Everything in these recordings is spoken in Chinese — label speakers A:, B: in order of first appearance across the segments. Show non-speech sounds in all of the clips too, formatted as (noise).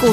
A: 股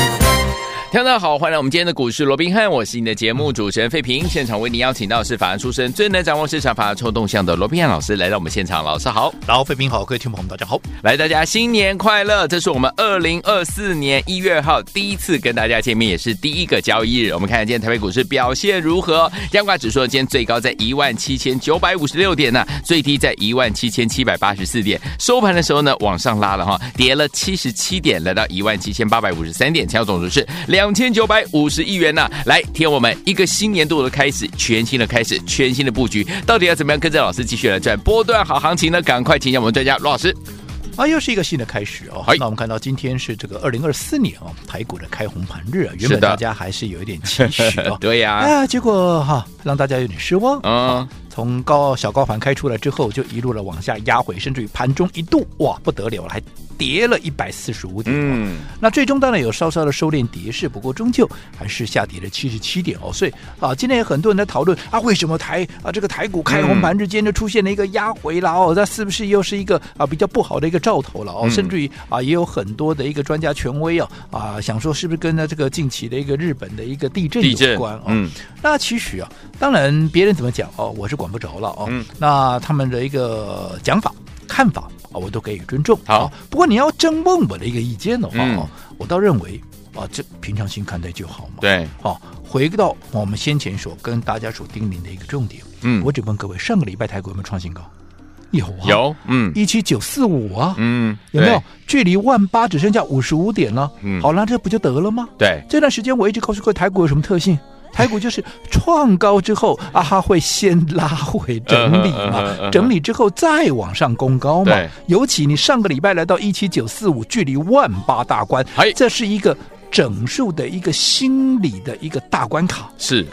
B: 听众好，欢迎来我们今天的股市罗宾汉，我是你的节目主持人费平。现场为您邀请到的是法案出身、最能掌握市场法案臭动向的罗宾汉老师来到我们现场，老师好。
C: 然后，费平好，各位听众朋友们，大家好。
B: 来，大家新年快乐！这是我们二零二四年一月号第一次跟大家见面，也是第一个交易日。我们看看今天台北股市表现如何？央挂指数呢今天最高在一万七千九百五十六点呢、最低在一万七千七百八十四点。收盘的时候呢，往上拉了哈，跌了七十七点，来到一万七千八百五十三点，成交总值是两千九百五十亿元呐、来，听我们一个新年度的开始，全新的开始，全新的布局，到底要怎么样跟着老师继续来赚波段好行情呢？赶快请教我们专家罗老师。
C: 啊，又是一个新的开始哦
B: 哎。
C: 那我们看到今天是这个二零二四年哦，台股的开红盘日啊，原
B: 是
C: 本
B: 的
C: 大家还是有一点期许
B: (laughs)
C: 哦。
B: 对呀、
C: 哎呀，结果哈、让大家有点失望。
B: 嗯，
C: 从高小高盘开出来之后，就一路的往下压回，甚至于盘中一度哇不得了了，还跌了一百四十五点、哦。
B: 嗯，
C: 那最终当然有稍稍的收敛跌势，不过终究还是下跌了七十七点哦。所以啊，今天有很多人在讨论啊，为什么台啊这个台股开红盘之间就出现了一个压回啦哦，那是不是又是一个啊比较不好的一个兆头了哦？
B: 嗯
C: 甚至于啊，也有很多的一个专家权威哦啊，想说是不是跟呢这个近期的一个日本的一个地震
B: 地震
C: 有关哦？
B: 嗯
C: 那其实啊，当然别人怎么讲哦，我是管不着了哦。
B: 嗯
C: 那他们的一个讲法、看法啊，我都给予尊重。
B: 好
C: 哦不过你要真问我的一个意见的话、
B: 嗯
C: 哦，我倒认为啊，这平常心看待就好嘛。，
B: 对，
C: 好、回到我们先前所跟大家所叮咛的一个重点，
B: 嗯
C: 我只问各位，上个礼拜台股有没有创新高？有啊，
B: 有，嗯
C: 一七九四五啊，
B: 嗯，
C: 有没有
B: 对？？
C: 距离万八只剩下五十五点了。
B: 嗯
C: 好了，这不就得了吗？
B: 对，
C: 这段时间我一直告诉各位，台股有什么
B: (laughs)
C: 特性？台股就是创高之后啊，它会先拉回整理
B: 嗯哼嗯哼嗯
C: 嘛，
B: 哼
C: 整理之后再往上攻高嘛
B: 对。
C: 尤其你上个礼拜来到一七九四五，距离万八大关
B: 哎，
C: 这是一个整数的一个心理的一个大关卡，
B: 是，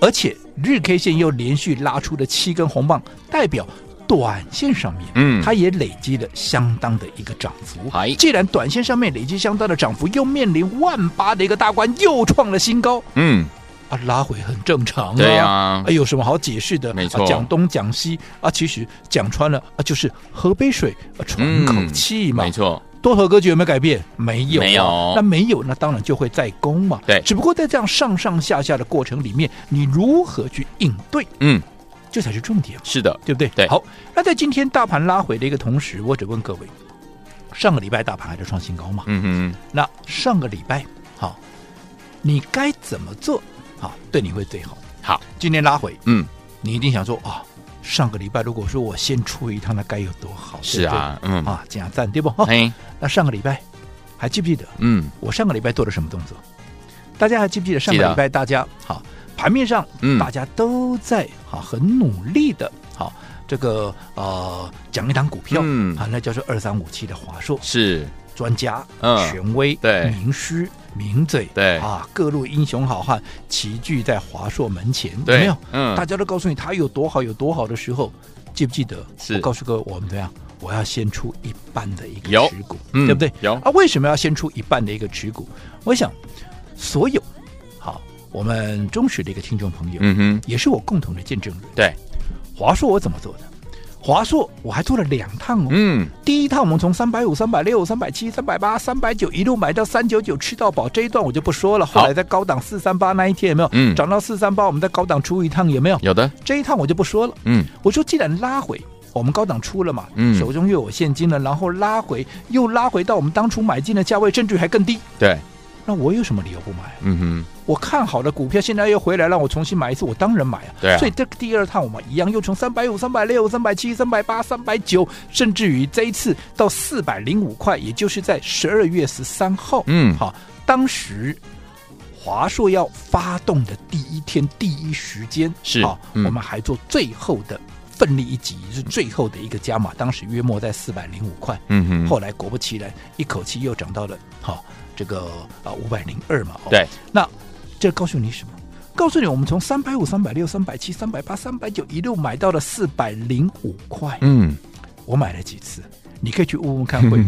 C: 而且日 K 线又连续拉出了七根红棒，代表。短线上面，
B: 嗯
C: 它也累积了相当的一个涨幅。
B: 哎
C: 既然短线上面累积相当的涨幅，又面临万八的一个大关，又创了新高，
B: 嗯，
C: 啊，拉回很正常、啊。
B: 对呀、
C: 哎，有什么好解释的？
B: 没错
C: 啊讲东讲西啊，其实讲穿了啊，就是喝杯水，啊、喘口
B: 嗯
C: 气嘛。
B: 没错，
C: 多头格局有没有改变？没有、啊，
B: 没有
C: 那没有，那当然就会再攻嘛。
B: 对
C: 只不过在这样上上下下的过程里面，你如何去应对，
B: 嗯，
C: 这才是重点嘛。
B: 是的，
C: 对不对？
B: 对
C: 好，那在今天大盘拉回的一个同时，我只问各位，上个礼拜大盘还在创新高嘛？
B: 嗯哼，
C: 那上个礼拜好，你该怎么做好对你会最好？
B: 好，
C: 今天拉回，
B: 嗯，
C: 你一定想说啊、上个礼拜如果说我先出一趟，那该有多好？
B: 是啊，哎
C: 对
B: 嗯
C: 不对，啊，加赞对不？哦，
B: 嘿，
C: 那上个礼拜还记不记得
B: 嗯
C: 我上个礼拜做了什么动作？大家还记不记得上
B: 记
C: 个
B: 得
C: 礼拜大家好盘面上
B: 嗯
C: 大家都在啊很努力的好这个呃讲一档股票、
B: 嗯
C: 啊，那叫做二三五七的华硕
B: 是，
C: 专家、
B: 嗯
C: 权威
B: 对
C: 名师名嘴
B: 对
C: 啊各路英雄好汉齐聚在华硕门前，有
B: 对，
C: 没有？
B: 嗯，
C: 大家都告诉你他有多好有多好的时候，记不记得？
B: 是
C: 我告诉各位，我们怎么样？我要先出一半的一个
B: 有
C: 持股，
B: 嗯
C: 对不对？
B: 有
C: 啊，为什么要先出一半的一个持股？我想，所有好我们忠实的一个听众朋友，
B: 嗯哼，
C: 也是我共同的见证人。
B: 对，
C: 华硕我怎么做的？华硕我还做了两趟哦。
B: 嗯，
C: 第一趟我们从三百五、三百六、三百七、三百八、三百九一路买到三九九，吃到饱。这一段我就不说了。
B: 好
C: 后来在高档四三八那一天有没有？
B: 嗯
C: 涨到四三八，我们在高档出一趟有没有？
B: 有的，
C: 这一趟我就不说了。
B: 嗯，
C: 我说既然拉回，我们高档出了嘛，
B: 嗯
C: 手中又有现金了，然后拉回又拉回到我们当初买进的价位，甚至还更低，
B: 对，
C: 那我有什么理由不买啊？
B: 嗯
C: 我看好的股票现在又回来，让我重新买一次，我当然买啊。
B: 对啊
C: 所以这个第二趟我们一样又从三百五、三百六、三百七、三百八、三百九，甚至于这一次到四百零五块，也就是在十二月十三号，
B: 嗯
C: 好，当时华硕要发动的第一天、第一时间
B: 是
C: 好，
B: 嗯
C: 我们还做最后的奋力一击，是最后的一个加码，当时约莫在四百零五块，
B: 哼，嗯哼，
C: 后来果不其然，一口气又涨到了好、这个啊五百零二嘛。哦
B: 对，
C: 那这告诉你什么？告诉你，我们从三百五、三百六、三百七、三百八、三百九一路买到了四百零五块，
B: 嗯，
C: 我买了几次？你可以去问问看
B: (laughs)
C: 会，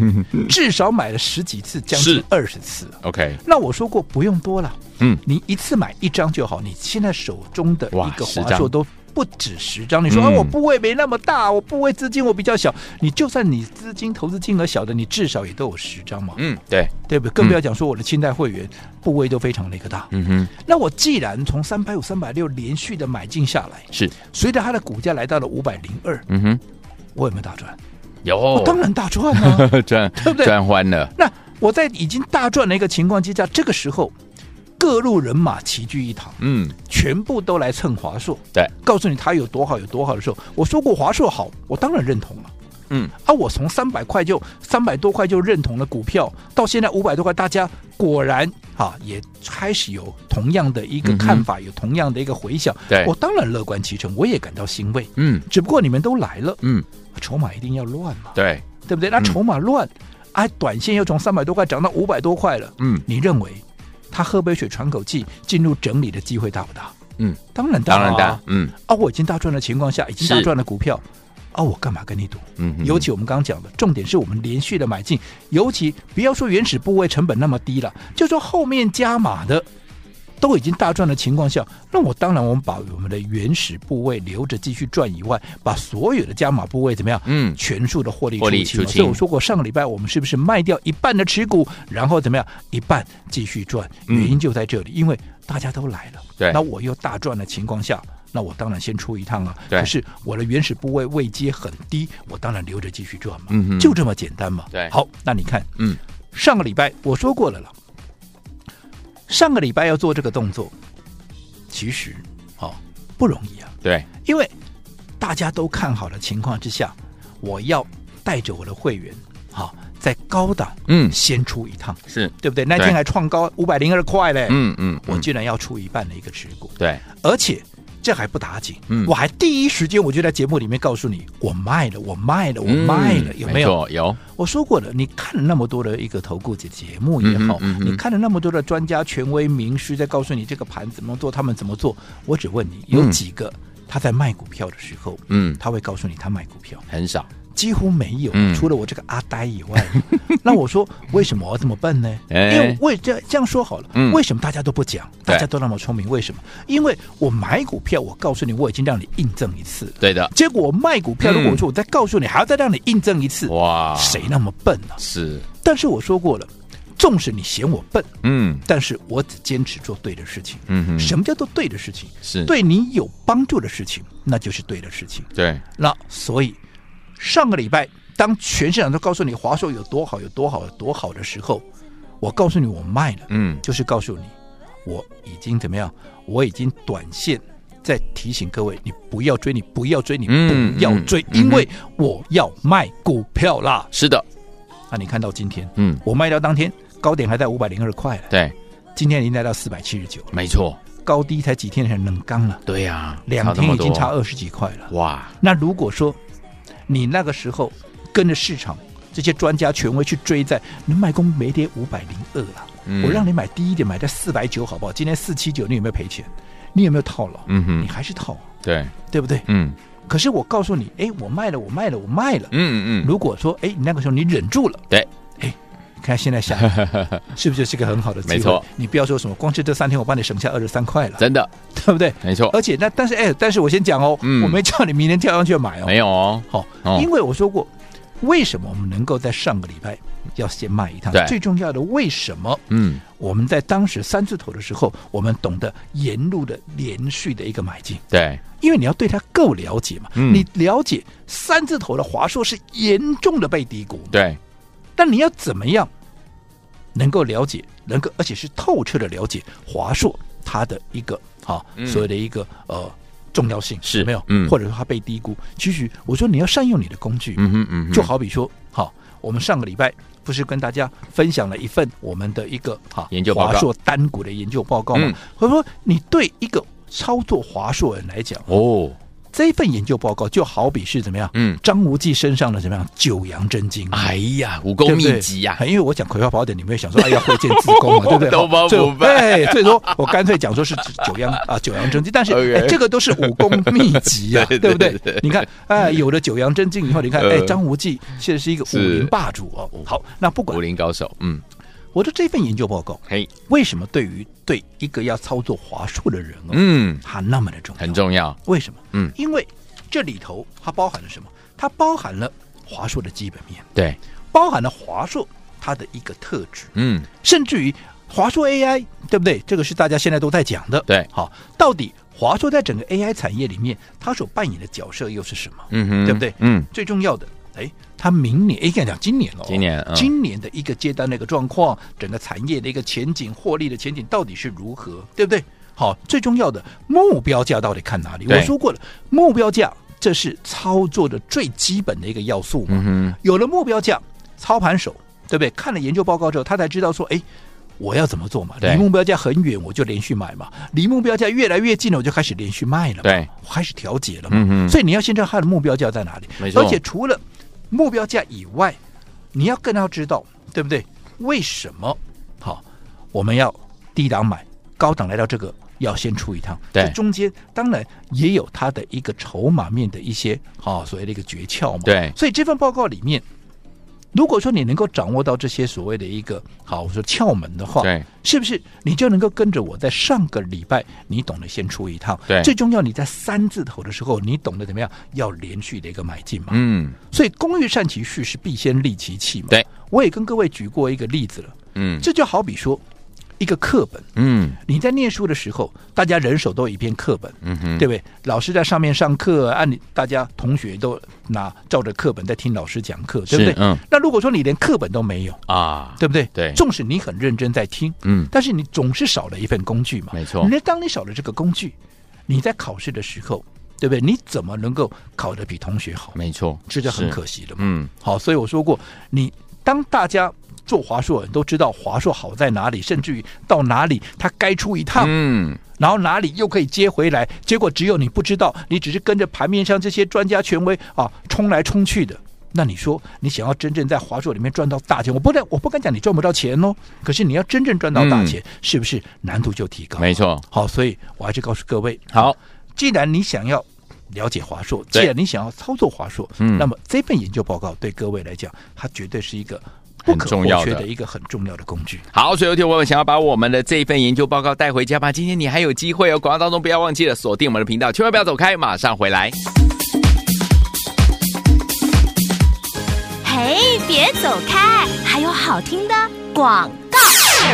C: 至少买了十几次，将近
B: 是
C: 二十次。
B: OK，
C: 那我说过不用多了，
B: 嗯，
C: 你一次买一张就好。你现在手中的
B: 哇
C: 一个
B: 十
C: 华
B: 张
C: 硕都不止十张，你说、啊
B: 嗯
C: 我部位没那么大，我部位资金我比较小，你就算你资金投资金额小的，你至少也都有十张嘛，
B: 嗯，对，
C: 对不对？更不要讲说我的清代会员部位都非常的一个大。
B: 嗯哼，
C: 那我既然从三百五、三百六连续的买进下来，
B: 是，
C: 随着它的股价来到了五百零二，
B: 嗯哼，
C: 我有没有大赚？
B: 有，
C: 我、
B: (laughs)
C: 当然大赚了、
B: 赚
C: 对不对
B: 赚欢了，
C: 那我在已经大赚的一个情况之下，这个时候各路人马齐聚一堂，
B: 嗯，
C: 全部都来蹭华硕，
B: 对，
C: 告诉你它有多好有多好的时候，我说过华硕好，我当然认同了。
B: 嗯，
C: 啊，我从三百块就三百多块就认同了股票，到现在五百多块，大家果然啊也开始有同样的一个
B: 嗯哼
C: 看法，有同样的一个回响。
B: 对
C: 我当然乐观其成，我也感到欣慰。
B: 嗯
C: 只不过你们都来了，
B: 嗯，
C: 筹码一定要乱嘛，
B: 对，
C: 对不对？那
B: 嗯
C: 筹码乱，啊，短线又从三百多块涨到五百多块了，
B: 嗯，
C: 你认为他喝杯水喘口气，进入整理的机会大不大？
B: 嗯，
C: 当然大、啊，
B: 当然大，嗯
C: 啊！我已经大赚的情况下，已经大
B: 是
C: 赚了股票，啊，我干嘛跟你赌？
B: 嗯哼，
C: 尤其我们刚刚讲的，重点是我们连续的买进，尤其不要说原始部位成本那么低了，就说后面加码的都已经大赚的情况下，那我当然我们把我们的原始部位留着继续赚以外，把所有的加码部位怎么样？
B: 嗯
C: 全数的获利
B: 获
C: 出
B: 利
C: 清嘛。
B: 出清
C: 所以我说过，上个礼拜我们是不是卖掉一半的持股，然后怎么样，一半继续赚？
B: 嗯
C: 原因就在这里，因为大家都来了，
B: 对
C: 那我又大赚的情况下。那我当然先出一趟啊，
B: 对
C: 可是我的原始部位位阶很低，我当然留着继续赚嘛，
B: 嗯哼
C: 就这么简单嘛。
B: 对
C: 好，那你看
B: 嗯
C: 上个礼拜我说过了了，上个礼拜要做这个动作，其实哦不容易啊，
B: 对，
C: 因为大家都看好的情况之下，我要带着我的会员，好、在高档
B: 嗯
C: 先出一趟，
B: 是，
C: 对不对？那
B: 对
C: 天还创高五百零二块嘞，
B: 嗯嗯，
C: 我
B: 嗯
C: 竟然要出一半的一个持股，
B: 对，
C: 而且这还不打紧，
B: 嗯
C: 我还第一时间我就在节目里面告诉你，我卖了，我卖了，我
B: 嗯
C: 卖了，有没有？
B: 错有，
C: 我说过了，你看了那么多的一个投顾节节目也好，
B: 嗯哼嗯哼
C: 你看了那么多的专家、权威、名师在告诉你这个盘怎么做，他们怎么做。我只问你，
B: 嗯
C: 有几个他在卖股票的时候，
B: 嗯，
C: 他会告诉你他卖股票？
B: 很少，
C: 几乎没有，
B: 嗯
C: 除了我这个阿呆以外。
B: (laughs)
C: 那我说为什么我要这么笨呢？
B: 哎
C: 因为为这这样说好了，
B: 嗯
C: 为什么大家都不讲，
B: 对
C: 大家都那么聪明？为什么？因为我买股票，我告诉你，我已经让你印证一次了。
B: 对的，
C: 结果我卖股
B: 嗯
C: 票，如果我说我再告诉你，还要再让你印证一次，
B: 哇，
C: 谁那么笨呢、
B: 是，
C: 但是我说过了，纵使你嫌我笨，
B: 嗯
C: 但是我只坚持做对的事情。
B: 嗯哼，
C: 什么叫做对的事情？
B: 是
C: 对你有帮助的事情，那就是对的事情。
B: 对，
C: 那所以上个礼拜，当全市场都告诉你华硕有多好、有多好、有多好的时候，我告诉你我卖了，
B: 嗯
C: 就是告诉你我已经怎么样，我已经短线。在提醒各位，你不要追，你不要追，你
B: 嗯
C: 不要追，
B: 嗯
C: 因为我要卖股票啦。
B: 是的，
C: 那你看到今天，
B: 嗯
C: 我卖掉当天高点还在五百零二块了，
B: 对，
C: 今天已经来到四百七十九了，
B: 没错，
C: 高低才几天才能刚了，
B: 对呀，
C: 两
B: 这么
C: 天已经
B: 多
C: 差二十几块了。
B: 哇，
C: 那如果说你那个时候跟着市场这些专家权威去追在，你卖空没跌五百零二了，
B: 嗯
C: 我让你买低一点，买在四百九好不好？今天四七九，你有没有赔钱？你有没有套牢？
B: 嗯哼，
C: 你还是套啊，
B: 对，
C: 对不对？
B: 嗯
C: 可是我告诉你，哎，我卖了，我卖了，我卖了。
B: 嗯嗯，
C: 如果说，哎，你那个时候你忍住了，
B: 对，
C: 哎，你看现
B: (laughs)
C: 在下来是不是就是个很好的机会？
B: 没错，
C: 你不要说什么，光是这三天我帮你省下二十三块了，
B: 真的
C: 对不对？
B: 没错，
C: 而且那但是哎，但是我先讲哦，
B: 嗯
C: 我没叫你明天跳上去买哦
B: 没，有哦，
C: 好、
B: 哦
C: 因为我说过，为什么我们能够在上个礼拜要先卖一趟
B: 对？
C: 最重要的为什么？
B: 嗯
C: 我们在当时三字头的时候，我们懂得沿路的连续的一个买进，
B: 对，
C: 因为你要对它够了解嘛。
B: 嗯
C: 你了解三字头的华硕是严重的被低估，
B: 对，
C: 但你要怎么样能够了解，能够而且是透彻的了解华硕它的一个啊、
B: 嗯
C: 所谓的一个呃重要性
B: 是
C: 有没有？
B: 嗯
C: 或者说它被低估？其实我说你要善用你的工具，
B: 嗯哼嗯哼，
C: 就好比说，好，我们上个礼拜不是跟大家分享了一份我们的一个哈
B: 研究报告
C: 华硕单股的研究报告吗
B: 嗯？
C: 所以说你对一个操作华硕人来讲，
B: 哦，
C: 这份研究报告就好比是怎么样？
B: 嗯
C: 张无忌身上的怎么样九阳真经？
B: 哎呀，武
C: 对
B: 功
C: 不对啊
B: 秘籍呀、
C: 因为我讲葵花宝典，你们会想说，哎呀，会见自宫嘛，
B: (laughs)
C: 对不对？
B: 都包不
C: 所以我
B: 办
C: 哎，最多我干脆讲说是指九阳啊，九阳真经，
B: (laughs)
C: 但是
B: OK
C: 哎这个都是武功秘籍呀，
B: (laughs) 对
C: 对不
B: 对对对
C: 对？你看，哎，有了九阳真经以后，你看，哎
B: 呃，
C: 张无忌现在是一个武
B: 是
C: 林霸主哦。好，那不管
B: 武林高手，嗯，
C: 我的这份研究报告，
B: 嘿，
C: 为什么对于对一个要操作华硕的人哦，
B: 嗯，
C: 它那么的重要？
B: 很重要，
C: 为什么？
B: 嗯，
C: 因为这里头它包含了什么？它包含了华硕的基本面，
B: 对，
C: 包含了华硕它的一个特质，
B: 嗯，
C: 甚至于华硕 AI，对不对？这个是大家现在都在讲的。
B: 对
C: 好，到底华硕在整个 AI 产业里面，它所扮演的角色又是什么？
B: 嗯哼，
C: 对不对
B: 嗯，
C: 最重要的，哎，它明年，哎，应该讲今年哦，
B: 今年嗯
C: 今年的一个接单的一个状况，整个产业的一个前景、获利的前景到底是如何，对不对？好，最重要的目标价到底看哪里？
B: 对
C: 我说过了，目标价这是操作的最基本的一个要素嘛。
B: 嗯哼，
C: 有了目标价，操盘手对不对？看了研究报告之后，他才知道说，哎。我要怎么做嘛？
B: 对
C: 离目标价很远，我就连续买嘛；离目标价越来越近了，我就开始连续卖了嘛。
B: 对，
C: 我开始调节了嘛。
B: 嗯哼，
C: 所以你要先知道它的目标价在哪里。
B: 没错
C: 而且除了目标价以外，你要更要知道，对不对？为什么好我们要低档买，高档来到这个要先出一趟？
B: 对
C: 这中间当然也有它的一个筹码面的一些啊、所谓的一个诀窍嘛。
B: 对
C: 所以这份报告里面。如果说你能够掌握到这些所谓的一个好，我说窍门的话，
B: 对，
C: 是不是你就能够跟着我在上个礼拜，你懂得先出一趟？
B: 对
C: 最重要你在三字头的时候，你懂得怎么样要连续的一个买进嘛？
B: 嗯
C: 所以工欲善其事，是必先利其器嘛。
B: 对，
C: 我也跟各位举过一个例子了，
B: 嗯
C: 这就好比说一个课本，
B: 嗯
C: 你在念书的时候，大家人手都有一篇课本，
B: 嗯哼，
C: 对不对？老师在上面上课，按理大家同学都拿照着课本在听老师讲课，对不
B: 是
C: 对？
B: 嗯
C: 那如果说你连课本都没有，
B: 啊，
C: 对不对？
B: 对
C: 纵使你很认真在听，
B: 嗯
C: 但是你总是少了一份工具嘛。
B: 没错
C: 那当你少了这个工具，你在考试的时候，对不对？你怎么能够考得比同学好？
B: 没错，
C: 这就很
B: 是
C: 可惜了嘛。
B: 嗯
C: 好，所以我说过，你当大家做华硕人都知道华硕好在哪里，甚至于到哪里它该出一趟，
B: 嗯，
C: 然后哪里又可以接回来，结果只有你不知道，你只是跟着盘面上这些专家权威啊冲来冲去的。那你说，你想要真正在华硕里面赚到大钱，我不能，我不敢讲你赚不到钱哦。可是你要真正赚到大钱，是不是难度就提高？
B: 嗯没错，
C: 好，所以我还是告诉各位，
B: 好，
C: 既然你想要了解华硕，既
B: 对
C: 然你想要操作华硕，
B: 嗯
C: 那么这份研究报告对各位来讲，它绝对是一个不
B: 很
C: 可
B: 重
C: 或
B: 要
C: 缺
B: 的
C: 的一个很重要的工具。
B: 好，所以有听我们想要把我们的这一份研究报告带回家吧。今天你还有机会哦，广告当中不要忘记了锁定我们的频道，千万不要走开，马上回来。
A: 嘿，别走开，还有好听的广告。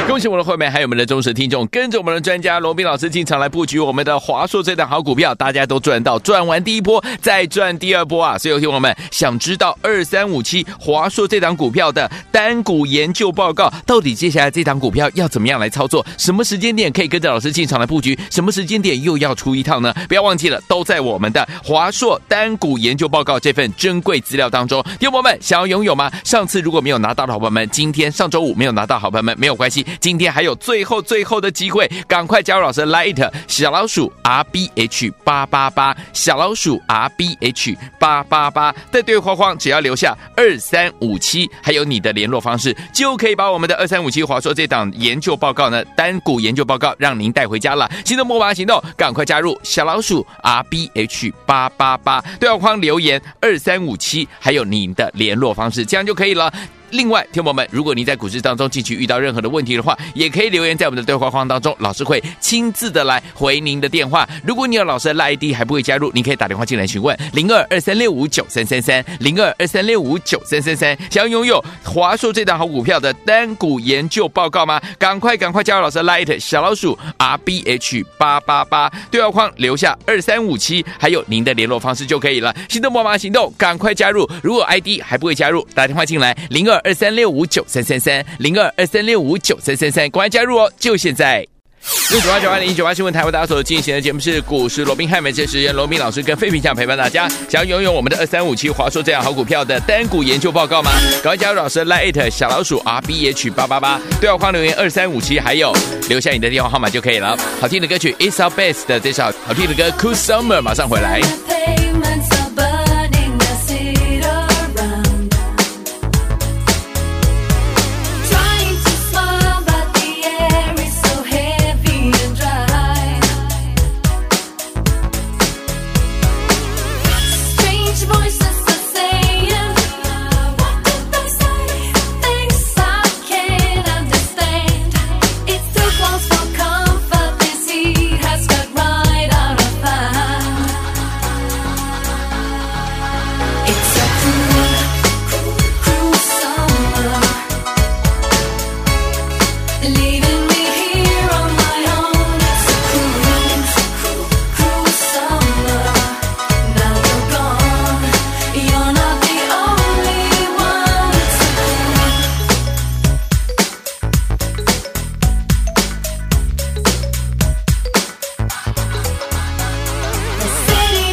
B: 恭喜我们的会员，还有我们的忠实听众，跟着我们的专家罗斌老师进场来布局我们的华硕这档好股票，大家都赚到，赚完第一波再赚第二波啊！所以，有听我们想知道二三五七华硕这档股票的单股研究报告，到底接下来这档股票要怎么样来操作？什么时间点可以跟着老师进场来布局？什么时间点又要出一趟呢？不要忘记了，都在我们的华硕单股研究报告这份珍贵资料当中。听众朋友们，想要拥有吗？上次如果没有拿到的好朋友们，今天上周五没有拿到好朋友们没有关系，今天还有最后最后的机会，赶快加入老师的 Light 小老鼠 R B H 八八八小老鼠 R B H 八八八，在对话框只要留下二三五七，还有你的联络方式，就可以把我们的二三五七华硕这档研究报告呢单股研究报告让您带回家了。心动莫马行动，赶快加入小老鼠 R B H 八八八对话框留言二三五七，还有您的联络方式，这样就可以了。另外，听众朋友们，如果您在股市当中近期遇到任何的问题的话，也可以留言在我们的对话框当中，老师会亲自的来回您的电话。如果你有老师的 l ID 还不会加入，您可以打电话进来询问零二二三六五九三三三零二二三六五九三三三。想要拥有华硕这档好股票的单股研究报告吗？赶快赶快加入老师的 l i t 小老鼠 R B H 八八八对话框留下二三五七，还有您的联络方式就可以了。心动不马行动，赶快加入！如果 ID 还不会加入，打电话进来零二二三六五九三三三零二二三六五九三三三，赶快加入哦，就现在！六九八九二零一九八新闻台为大家所进行的节目是股市罗宾汉，每次时间罗宾老师跟费平想陪伴大家。想要拥有我们的二三五七华硕这样好股票的单股研究报告吗？赶快加入老师的 Lite 小老鼠 R B H 八八八，对话框留言二三五七，还有留下你的电话号码就可以了。好听的歌曲 It's Our Best 的这首好听的歌 Cool Summer，马上回来。
D: Pavements are burning, I see it around. Trying to smile, but the air is so heavy and dry. Strange voices are saying, What did they say? Things I can't understand. It's too close for comfort. This heat has got right out of hand. It's a cruel, cruel, cruel summer, leaving me here on my own. It's a cruel, cruel, cruel summer. Now you're gone, you're not the only one. It's a cruel, the city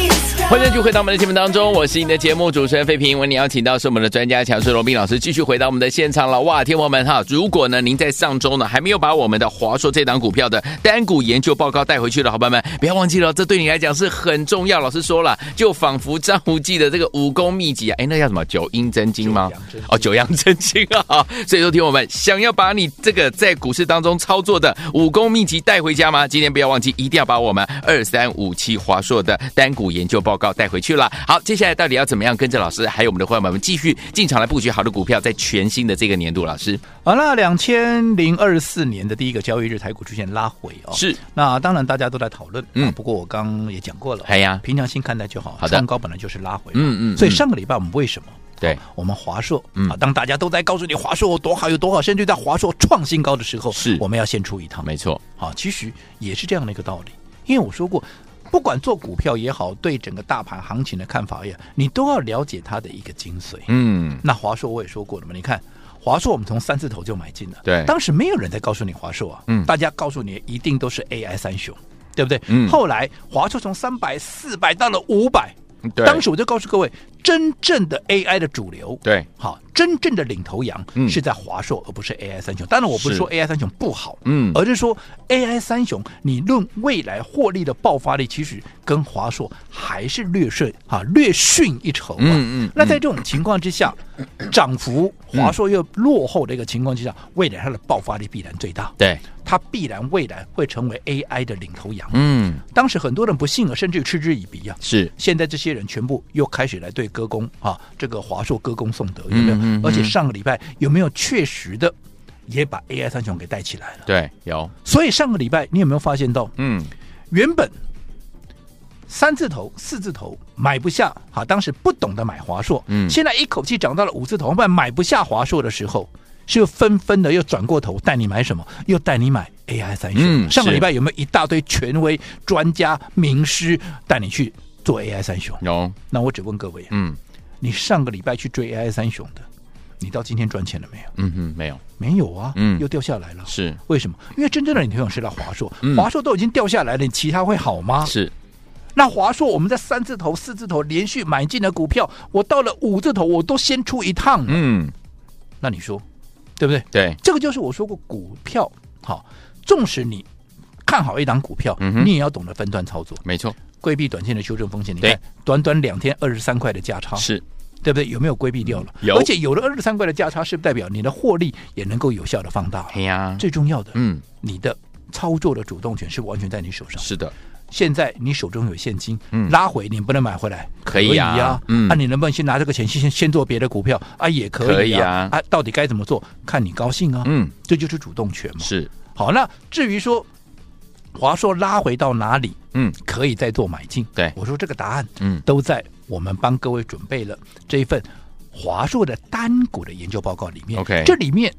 D: is
B: 欢迎继续回到我们的节目当中，我是你的节目主持人费平。为你邀请到是我们的专家强势罗宾老师，继续回到我们的现场了。哇，天王们哈，如果呢您在上周呢还没有把我们的华硕这档股票的单股研究报告带回去的伙伴们，不要忘记了，这对你来讲是很重要。老师说了，就仿佛张无忌的这个武功秘籍啊，哎，那叫什么九阴真经吗
C: 九阳真经？
B: 哦，九阳真经啊。 (laughs) 所以说，听我们想要把你这个在股市当中操作的武功秘籍带回家吗？今天不要忘记，一定要把我们二三五七华硕的单股研究报告带回去了。好，接下来到底要怎么样跟着老师还有我们的伙伴们继续进场来布局好的股票，在全新的这个年度，老师
C: 好了，两千零二四年的第一个交易日，台股出现拉回哦。
B: 是
C: 那当然大家都在讨论，
B: 嗯
C: 嗯，不过我刚刚也讲过了，
B: 哎呀
C: 平常心看待就好。
B: 好的
C: 创高本来就是拉回嘛，
B: 嗯嗯嗯
C: 所以上个礼拜我们为什么？
B: 对
C: 啊我们华硕
B: 嗯
C: 啊，当大家都在告诉你华硕有多好有多好，甚至在华硕创新高的时候，
B: 是
C: 我们要先出一趟。
B: 没错，
C: 啊，其实也是这样的一个道理。因为我说过，不管做股票也好，对整个大盘行情的看法也，好，你都要了解它的一个精髓。
B: 嗯，
C: 那华硕我也说过了嘛，你看华硕我们从三字头就买进了，
B: 对
C: 当时没有人在告诉你华硕啊，
B: 嗯
C: 大家告诉你一定都是 AI 三雄，对不对？
B: 嗯
C: 后来华硕从三百、四百到了五百，
B: 对，
C: 当时我就告诉各位，真正的 AI 的主流，
B: 对，
C: 好，真正的领头羊
B: 嗯
C: 是在华硕，而不是 AI 三雄。当然，我不是
B: 是
C: 说 AI 三雄不好，
B: 嗯
C: 而是说 AI 三雄，你论未来获利的爆发力，其实跟华硕还是略逊啊，略逊一筹、啊。
B: 嗯嗯
C: 那在这种情况之下，涨幅华硕又落后的一个情况之下，未来它的爆发力必然最大，
B: 对，
C: 它必然未来会成为 AI 的领头羊。
B: 嗯，
C: 当时很多人不信啊，甚至嗤之以鼻啊。
B: 是
C: 现在这些人全部又开始来对歌功啊，这个华硕歌功颂德，有没有？
B: 嗯嗯嗯
C: 而且上个礼拜有没有确实的也把 AI 三雄给带起来了？
B: 对，有，
C: 所以上个礼拜你有没有发现到，
B: 嗯，
C: 原本三字头、四字头买不下，好，当时不懂得买华硕，
B: 嗯
C: 现在一口气涨到了五字头，不然买不下华硕的时候，是又纷纷的又转过头带你买什么？又带你买 AI 三雄。
B: 嗯
C: 上个
B: 是
C: 礼拜有没有一大堆权威、专家、名师带你去做 AI 三雄？
B: 有，
C: 那我只问各位啊，
B: 嗯，
C: 你上个礼拜去追 AI 三雄的，你到今天赚钱了没有？
B: 嗯哼，没有，
C: 没有啊，
B: 嗯
C: 又掉下来了。
B: 是
C: 为什么？因为真正的领头羊是那华硕，
B: 嗯
C: 华硕都已经掉下来了，你其他会好吗？
B: 是，
C: 那华硕我们在三字头、四字头连续买进的股票，我到了五字头我都先出一趟，
B: 嗯，
C: 那你说对不对？
B: 对，
C: 这个就是我说过股票好，纵使你看好一档股票，
B: 嗯哼
C: 你也要懂得分段操作，
B: 没错，
C: 规避短线的修正风险。你
B: 对
C: 看，短短两天二十三块的价差，
B: 是
C: 对不对？有没有规避掉了？
B: 嗯有
C: 而且有了二十三块的价差，是不是代表你的获利也能够有效的放大了？
B: 哎呀，
C: 最重要的，
B: 嗯，
C: 你的操作的主动权是完全在你手上。
B: 是的，
C: 现在你手中有现金，
B: 嗯
C: 拉回你不能买回来，
B: 可以啊嗯
C: 那、你能不能先拿这个钱先先做别的股票啊？也可以啊
B: 可以啊
C: 到底该怎么做，看你高兴啊。
B: 嗯，
C: 这就是主动权嘛。
B: 是，
C: 好，那至于说华硕拉回到哪里，
B: 嗯，
C: 可以再做买进。
B: 对
C: 我说这个答案，
B: 嗯
C: 都在我们帮各位准备了这一份华硕的单股的研究报告里面。
B: OK
C: 这里面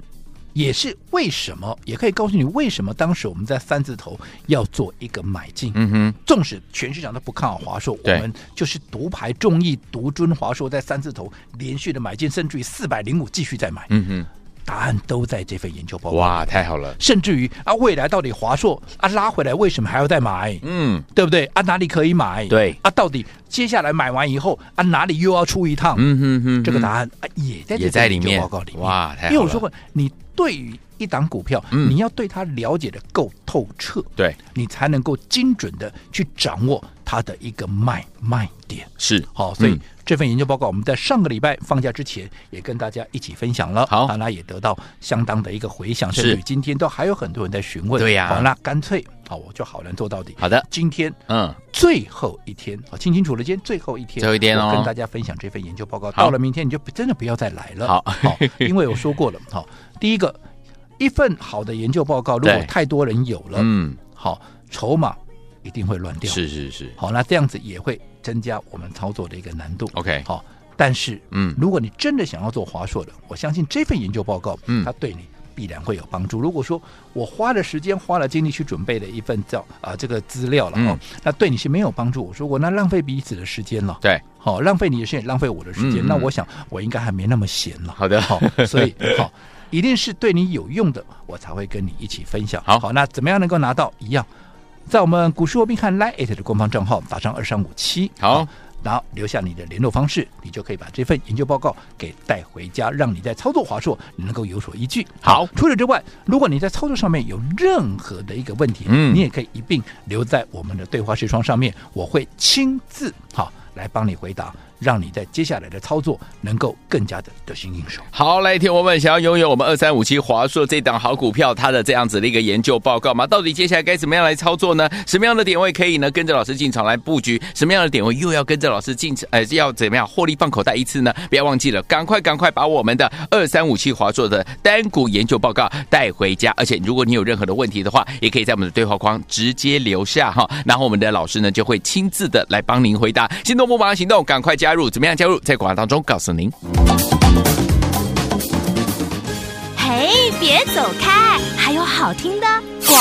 C: 也是为什么，也可以告诉你为什么当时我们在三字头要做一个买进。
B: 嗯哼，
C: 纵使全市场都不看好华硕，我
B: 对
C: 们就是独排众议、独尊华硕，在三字头连续的买进，甚至于四百零五继续再买。
B: 嗯哼，
C: 答案都在这份研究报告。
B: 哇，太好了，
C: 甚至于啊，未来到底华硕啊拉回来，为什么还要再买？
B: 嗯，
C: 对不对？啊，哪里可以买？
B: 对
C: 啊，到底接下来买完以后啊，哪里又要出一趟？
B: 嗯哼哼，
C: 这个答
B: 案
C: 案啊也在
B: 也在里
C: 这份研
B: 面，
C: 究报告里面。
B: 哇，太好了，
C: 因为我说过，你对于一档股票，
B: 嗯
C: 你要对它了解的够透彻，
B: 对，
C: 你才能够精准的去掌握它的一个卖卖点。
B: 是
C: 好，所以
B: 嗯
C: 这份研究报告我们在上个礼拜放假之前也跟大家一起分享了，
B: 好
C: 大家也得到相当的一个回响，甚
B: 是
C: 至于今天都还有很多人在询问。
B: 对呀
C: 好，那干脆好，我就好人做到底。
B: 好的
C: 今天
B: 嗯，
C: 最后一天啊，清清楚了，今天最后一天，
B: 最后一天哦
C: 我跟大家分享这份研究报告。
B: 好
C: 到了明天你就不真的不要再来了，
B: 好
C: 因为我说过了，好，第一个，一份好的研究报告，如果
B: 对
C: 太多人有了，
B: 嗯，
C: 好，筹码一定会乱掉，
B: 是是是
C: 好，那这样子也会增加我们操作的一个难度。
B: ，OK，
C: 好，但是，
B: 嗯
C: 如果你真的想要做华硕的，我相信这份研究报告，
B: 嗯
C: 它对你必然会有帮助。如果说我花了时间、花了精力去准备的一份叫啊、这个资料
B: 嗯
C: 了、哦，那对你是没有帮助。我说我那浪费彼此的时间了。
B: 对，
C: 好，浪费你的时间，也浪费我的时间。
B: 嗯嗯
C: 那我想，我应该还没那么闲了。
B: 好的
C: (laughs) 好，所以好，一定是对你有用的，我才会跟你一起分享。
B: 好
C: 那怎么样能够拿到？一样，在我们股市罗宾汉 Lite 的官方账号打上二三五七，
B: 好
C: 然后留下你的联络方式，你就可以把这份研究报告给带回家，让你在操作华硕你能够有所依据。
B: 好
C: 除此之外，如果你在操作上面有任何的一个问题，
B: 嗯
C: 你也可以一并留在我们的对话视窗上面，我会亲自好来帮你回答，让你在接下来的操作能够更加的得心应手。
B: 好，来，听我们想要拥有我们二三五七华硕这档好股票，它的这样子的一个研究报告吗？到底接下来该怎么样来操作呢？什么样的点位可以呢跟着老师进场来布局？什么样的点位又要跟着老师进场？呃，要怎么样获利放口袋一次呢？不要忘记了，赶快赶快把我们的二三五七华硕的单股研究报告带回家。而且，如果你有任何的问题的话，也可以在我们的对话框直接留下哈，然后我们的老师呢就会亲自的来帮您回答。心动不马上行动，赶快加入！怎么样加入？在广告当中告诉您。
A: 嘿，别走开，还有好听的广。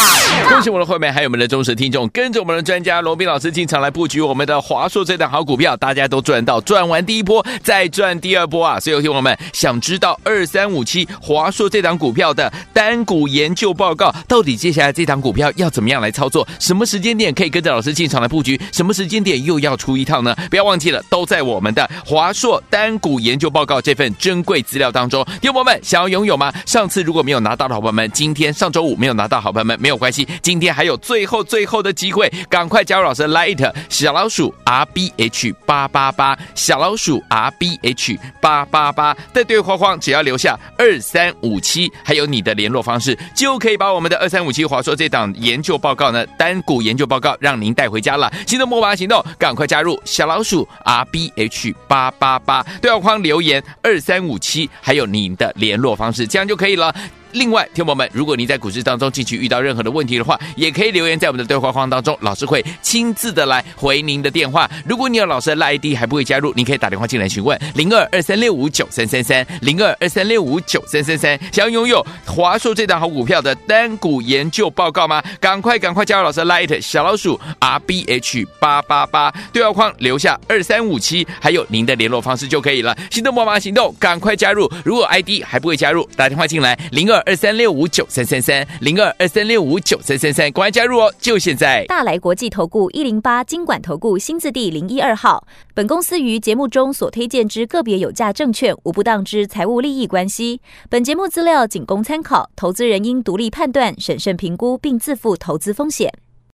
B: 恭喜我们的会员，还有我们的忠实听众，跟着我们的专家罗斌老师进场来布局我们的华硕这档好股票，大家都赚到，赚完第一波再赚第二波啊！所以，有听友们想知道二三五七华硕这档股票的单股研究报告，到底接下来这档股票要怎么样来操作？什么时间点可以跟着老师进场来布局？什么时间点又要出一趟呢？不要忘记了，都在我们的华硕单股研究报告这份珍贵资料当中。听友们想要拥有吗？上次如果没有拿到的好朋友们，今天上周五没有拿到好朋友们没有关系，今天还有最后最后的机会，赶快加入老师的 Light 小老鼠 R B H 八八八小老鼠 R B H 八八八在对话框只要留下二三五七，还有你的联络方式，就可以把我们的二三五七华硕这档研究报告呢单股研究报告让您带回家了。心动莫马行动，赶快加入小老鼠 R B H 八八八对话框留言二三五七，还有您的联络方式，这样就可以了。另外，听众朋友们，如果您在股市当中近期遇到任何的问题的话，也可以留言在我们的对话框当中，老师会亲自的来回您的电话。如果你有老师的赖 ID 还不会加入，您可以打电话进来询问零二二三六五九三三三零二二三六五九三三三。想要拥有华硕这档好股票的单股研究报告吗？赶快赶快加入老师的 Light 小老鼠 R B H 八八八对话框留下二三五七，还有您的联络方式就可以了。行动帮忙行动，赶快加入！如果 ID 还不会加入，打电话进来零二二三六五九三三三零二二三六五九三三三，赶快加入哦，就现在。
E: 大来国际投顾一零八金管投顾新字第零一二号。本公司于节目中所推荐之个别有价证券，无不当之财务利益关系。本节目资料仅供参考，投资人应独立判断、审慎评估，并自负投资风险。